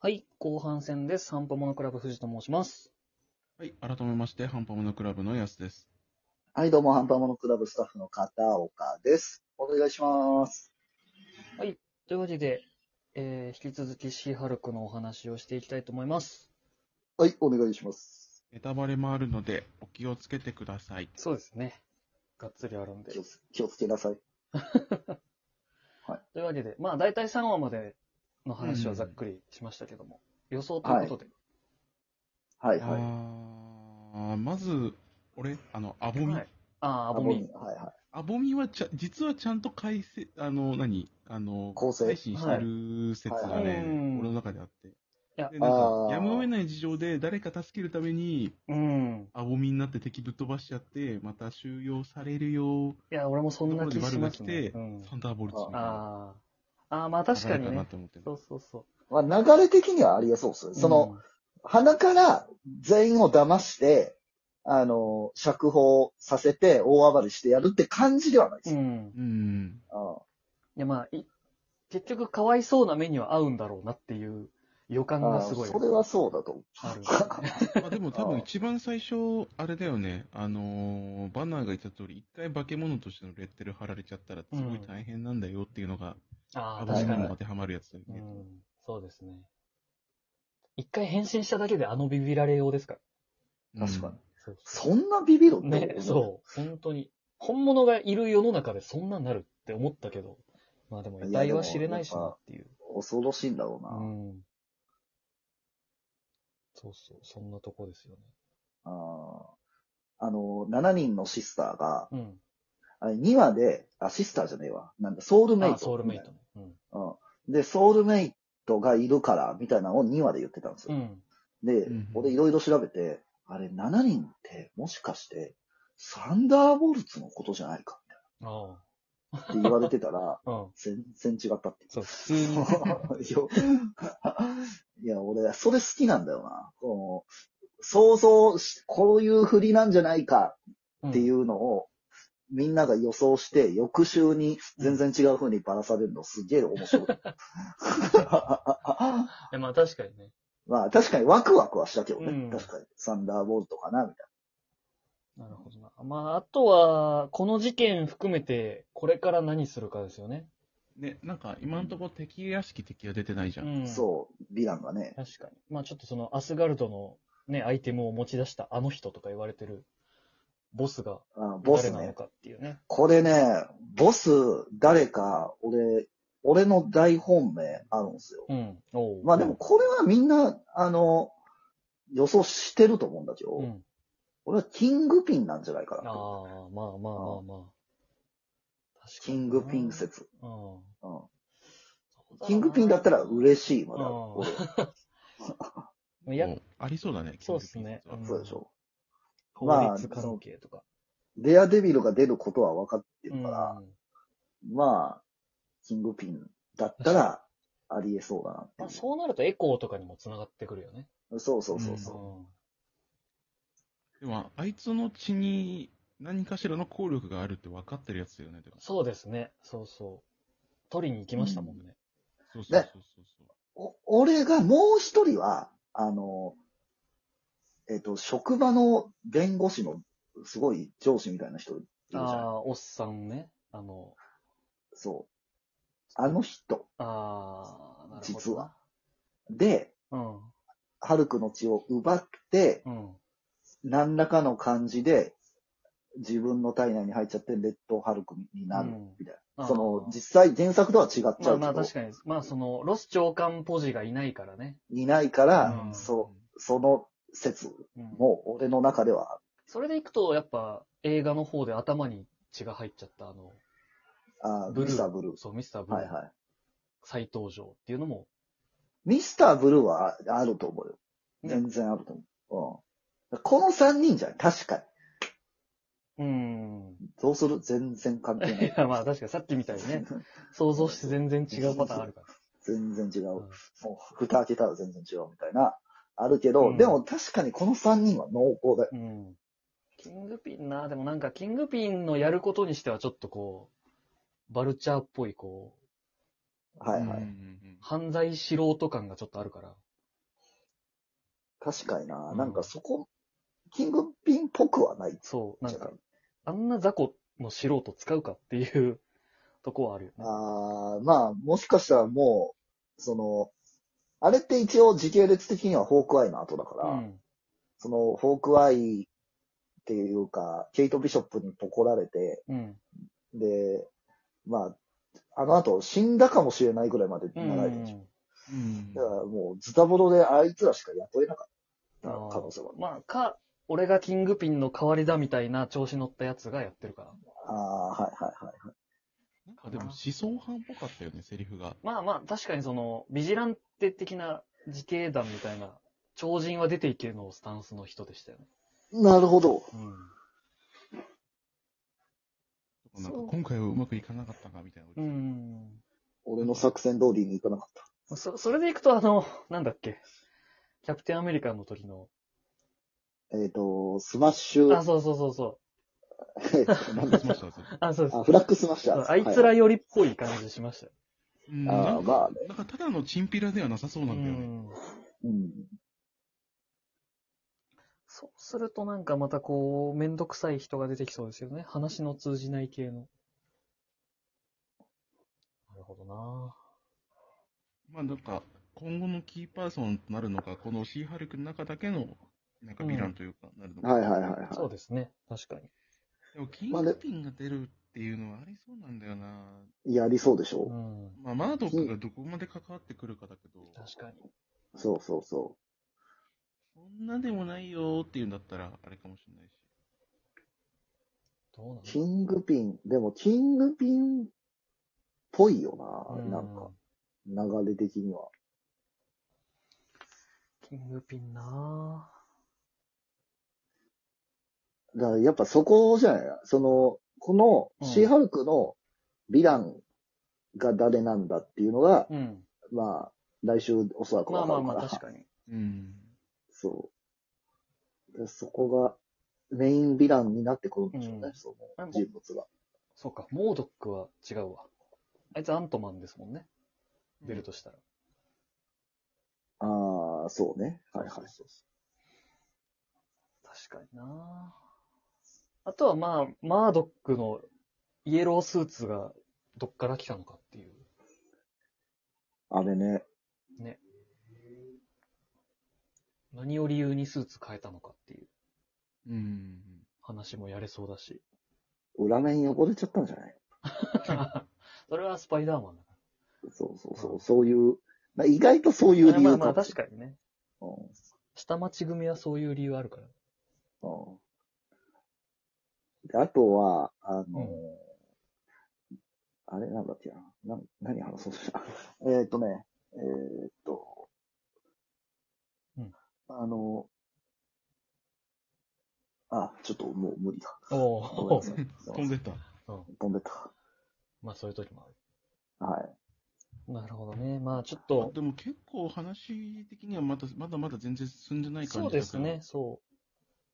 はい、後半戦です。散歩モノクラブ藤と申します。はい、改めまして、ハンパモノクラブのやすです。はい、どうも、ハンパモノクラブスタッフの片岡です。お願いします。というわけで、えー、引き続きシーハルクのお話をしていきたいと思います。はい、お願いします。ネタバレもあるので、お気をつけてください。そうですね。がっつりあるんで。気をつ気をつけなさい。というわけで、まあ大体3話までの話はざっくりしましたけども、予想ということで。はい、あはい。ーまず、俺、あの、アボミ。はいああ、アアボミ。はい、はアボミはちゃ、実はちゃんと解説、あの、何あの、構成配信してる説がははいね、いうん俺の中であって。やでなんかあ、ーやむを得ない事情で誰か助けるために、うん。アボミになって敵ぶっ飛ばしちゃって、また収容されるよ、いや、俺もそんな気しますところでね。悪うがん、サンダーボルツみたいな。ああ。ああ、まあ確かに流れねなっ。て思ってるそうそうそい。まあ、流れ的にはありえそうですね。う。その、、鼻から全員を騙して、あの、釈放させて大暴れしてやるって感じではないでうす。ん。うん。あいや、まあ、い結局、かわいそうな目には合うんだろうなっていう予感あがすごい。それはそうだと思う。あ る。まあでも多分一番最初、あれだよね、あのーバナーが言った通り、一回化け物としてのレッテル貼られちゃったら、すごい大変なんだよっていうのが、ああ、アボミ確にかもに当。てはまるやつだようね。ん、そうですね。一回変身しただけであのビビられようですから。うん確かに。。そうそんなビビるってね、そう、本当に。本物がいる世の中でそんなになるって思ったけど、まあでも、いや遺体は知れないしなっていう。う。恐ろしいんだろううな。ん。そうそう、そんなとこですよね。あーあの、7人のシスターが、うん。あれ2話で、あ、シスターじゃねえわ。なんだ、ソウルメイあト。あ、ソウルメイトね。うん。うん。で、ソウルメイトがいるから、みたいなのを2話で言ってたんですうよ。ん。で、うん俺いろいろ調べて、あれ7人って、もしかして、サンダーボルツのことじゃないかあ、って言われてたら あ。うん。全然違ったって。そう、普通に。よ いや、俺、それ好きなんだよな。この想像し、こういう振りなんじゃないかっていううのを、みんなが予想して、翌週に全然違う風にばらされるのすげえ面白ん。い。 まあ確かにね。まあ確かにワクワクはしたけどね。うん確かに。サンダーボルトかな、みたいなるほどな。まあ、あとは、この事件含めて、これから何するかですよね。ね、なんか今のところ敵らしき敵は出てないじゃ。うんん。な。そう、ヴィランがね。確かに。まあ、ちょっとその、アスガルドのね、アイテムを持ち出したあの人とか言われてる、ボスがあボ誰スなのね。かっていうね。これね、ボス、誰か、俺、俺の大本命あるんですよ。うん。おうまあでも、これはみんな、あの、予想してると思うんだけど、うん。俺はキングピンなんじゃないかああな。、まあまあまあまあ。確かキにングピン。説。うん。うんキングピンだったら嬉しいまである俺い やも、うありそうだね、そうっすねキングピン説はそうでしょ。法律関係とか。レアデビルが出ることは分かってるから、うんまあ、キングピンだったら、ありえそうだなっていまあ、うそうなるとエコーとかにも繋がってくるよね。そうそうそううそん。でも、あいつの血に何かしらの効力があるって分かってるやつだよね、でもそうですね。そうそう。取りに行きましたもんね。そうそうそうそうそう。う。お俺がもう一人は、あの、えっ、と、職場の弁護士の、すごい上司みたいな人いるじあゃん。あ、おっさんね。あの、そう。あの人。ああ、なるほど。実は。で、うん。ハルクの血を奪って、うん。何らかの感じで、自分の体内に入っちゃって、レッドハルクになる、みたいな。その、実実際原作とは違っちゃうけまあど、まあ確かに。まあその、ロス長官ポジがいないからね。いないから、うんそ、その説うん、も俺の中では、それでいくと、やっぱ映画の方で頭に血が入っちゃった、あの、あーブルーミスターブルー。そう、ミスターブルはーいはい。再登場っていうのも、ミスターブルーはああると思うよ。ね全然あると思う。うん。この3人じゃん、確かに。うん。どうする全然関係ないい。 や、まあ確かにさっき みたいにね、想像して全然違うパターンあるから。 全然違う。うんもう、蓋開けたら全然違うみたいな。あるけど、うんでも確かにこの3人は濃厚だよ。うん。キングピンな、でもなんか、キングピンのやることにしてはちょっとこう、バルチャーっぽい、こう、はいはうんうんい。うん犯罪素人感がちょっとあるから。確かにな。うんなんかそこ、キングピンっぽくはない。そう、なんじゃか、あんな雑魚の素人使うかっていう とこはあるよね。ああー、まあ、もしかしたらもう、その、あれって一応時系列的にはホークアイの後だから、うん。その、ホークアイっていうか、ケイト・ビショップに怒られて、うん。で、まあ、あの後死んだかもしれないぐらいまで長いでしょ。うんだからもう、ズタボロであいつらしか雇えなかったあー可能性はある。まあ、か、俺がキングピンの代わりだみたいな調子乗ったやつがやってるから。ああー、はいはいはい。なんかでも思想派っぽかったよね、セリフが。まあまあ、確かにその、ビジランテ的な自警団みたいな、超人は出ていけるのスタンスの人でしたよね。なるほど。うん。なんかそう今回はうまくいかなかったかみたいな。うん。俺の作戦通りにいかなかった。そ、それでいくとあの、なんだっけ。キャプテンアメリカの時の。えっ、と、スマッシュ、あ、そうそうそうそえーなんだしました、そうう。あ、そうです。あフラッグスマッシそャうー。あいつらよりっぽい感じしましたよ。うんあーなんかまあねなんかただのチンピラではなさそうなんだようね。んうん。そうするとなんかまたこう、めんどくさい人が出てきそうですよね。話の通じない系の。なるほどなまあなんか、今後のキーパーソンとなるのか、このシーハルクの中だけの、なんかヴィランというか、なるのか。はいはいはいはい。そうですね。確かに。でも、キングピンが出るっていうのはありそうなんだよな。やりそうでしうょ、ん。まあ、マードックがどこまで関わってくるかだけど、確かに。そうそうそそんなでもないよーっていうんだったら、あれかもしれないし。どうなのう。キングピン、でもキングピンっぽいよな、なんか、流れ的には。キングピンなだからやっぱそこじゃないその、こうんのシーハルクのヴィランが誰なんだっていうのが、うん。まあ、来週おそらくまあわまかあまるかあ、ら。確かに。うん。そう。でそこがメインヴィランになってくるんでしょうね、うんそあのも人物が。そうか、モードックは違うわ。あいつアントマンですもんね。出るとしたら。ああ、そうね。はいはい。そうそう確かになあとはまあ、マードックのイエロースーツがどっから来たのかっていう。あれね。何を理由にスーツ変えたのかっていううん。話もやれそうだし。裏面汚れちゃったんじゃないそれはスパイダーマンだかそうそうそうう、んそういう、まあ意外とそういうら。理まあ由まかあも確しれかにね。ない。下町組はそういう理由あるから。うんうんであとは、あのーあれなんだっけな。な何話そうとした えーっとね、えーっと、うんあのあ、ちょっともう無 理だ。おごめんおなさい飛んでった。飛んでった。まあそういう時もあはい。る。なるほどね。まあちょっあと、でも結構話的にはまだまだまだ全然進んでない感そうじだけでどすね、。そ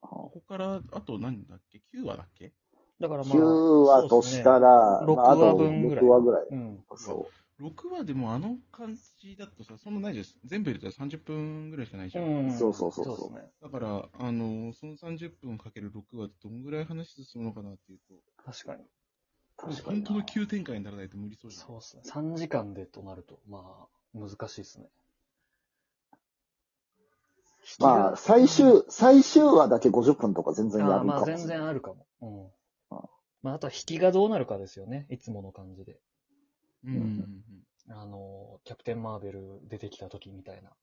ここから、あと何だっけ ?9 話だっけう。だからまあ。 9話としたそら、うですねまあ、あ6話と分ぐらい6話ぐらそい。うですね、うん。そ ?6 話でもあの感じだとさ、そんなないです。全部入れたら30分ぐらいしかないじゃん。うん、そうそうそうそうですね。だから、あの、その30分かける6話ってどんぐらい話進むのかなっていうと、確かに。う。確かに本な。当の急展開にならないと無理そうじゃん。そうですね。3時間でとなると、まあ、難しいですね。まあ、最終、最終話だけ50分とか全あ然やーるかまあ、もしれ全ない。然あるかも。うあん。まあ、あとは引きがどうなるかですよね。いつもの感じで。うんうんうん。あの、キャプテン・マーベル出てきた時みたいな。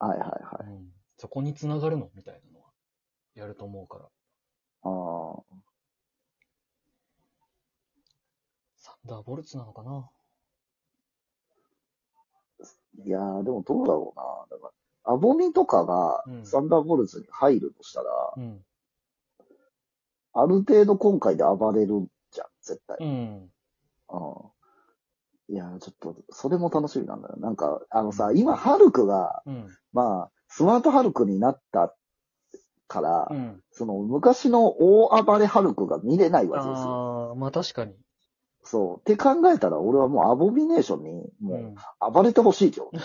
はいはいはい。うん。そこに繋がるのみたいなのは、やると思うから。ああ。サンダーボルツなのかないやー、でもどうだろうな。だから、アボミとかがうんサンダーボルツに入るとしたら、うん。ある程度今回で暴れるじゃん、絶対。うん。うん。いやー、ちょっと、それも楽しみなんだよ。なんか、あのさ、今、ハルクが、うん。まあ、スマートハルクになったから、うん。その、昔の大暴れハルクが見れないわけですよ。ああ、まあ確かに。そう。って考えたら、俺はもうアボミネーションに、うもん。う、暴れてほしいけどね、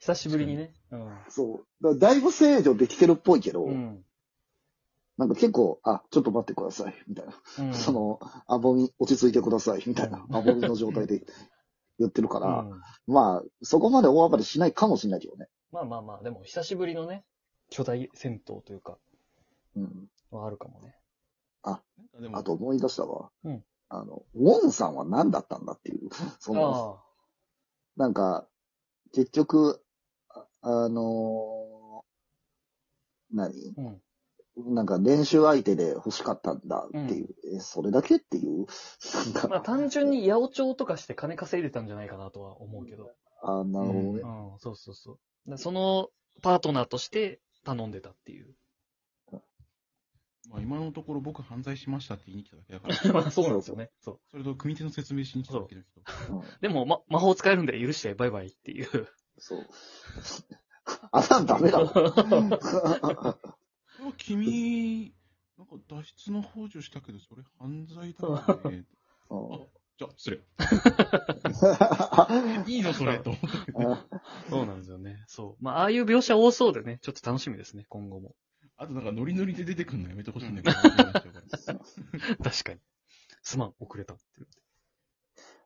久しぶりにね。うん。そう。だからだいぶ制御できてるっぽいけど、うん。なんか結構、あ、ちょっと待ってください、みたいな。うんそ、の、アボミ、落ち着いてください、みたいな、うんアボミの状態で 言ってるかうら、んまあ、そこまで大暴れしないかもしれないけどね。まあまあまあ、でも久しぶりのね、巨大戦闘というか、うん。はあるかもね。なんかでもあと思い出したわ。うんあの、ウォンさんは何だったんだっていう。 その、あなんか、結局、ああのー何あ、うん。なんか練習相手で欲しかったんだっていう、えそれだけっていう、 なんまあか、単純に八百長とかして金稼いでたんじゃないかなとは思うけど。あなるほどね。うん、そうそうそう。だからそのパートナーとして頼んでたっていう。まあ、今のところ僕犯罪しましたって言いに来ただけだから、 まあそうなんですよね。そう。それと組手の説明しに来ただけだけど、うんでも、ま、魔法使えるんで許して、バイバイっていう。そう。あ、なんダメだろ。 うわ君、なんか脱出の幇助したけど、それ犯罪だよね。うじゃあ、失礼。んいいのそれ、と思って。そうなんですよね。そう。まあ、ああいう描写多そうでね、ちょっと楽しみですね、今後も。あとなんかノリノリで出てくるのやめてほしいんだけど。そうなっちゃうから確かに。すまん、遅れたっていう。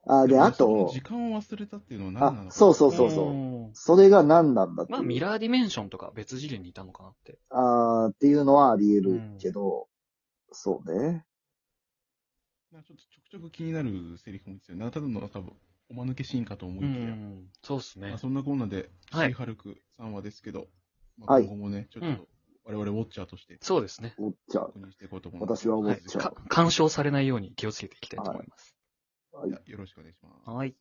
あ、で、あそのと時、間を忘れたっていうのは何なあの、か。そうそうそうそう。う。それが何なんだっていまう。あ、ミラーディメンションとか別次元にいたのかなって。あーっていうのはあり得るけど、そうね。なんかちょっとちょくちょく気になるセリフもですよね。ただの多分、おまぬけシーンかと思いきや。ん。そうっすまねあ、。そんなこんなで、はいシーハルク3話ですけど、まはあ、い今後もね、ちょうっんと、我々ウォッチャーとしてそうですね。おっちゃう。確認していこうと思います。私はウ思っちゃか干渉されないように気をつけていきたいと思います。う。はいよろしくお願いします。はい。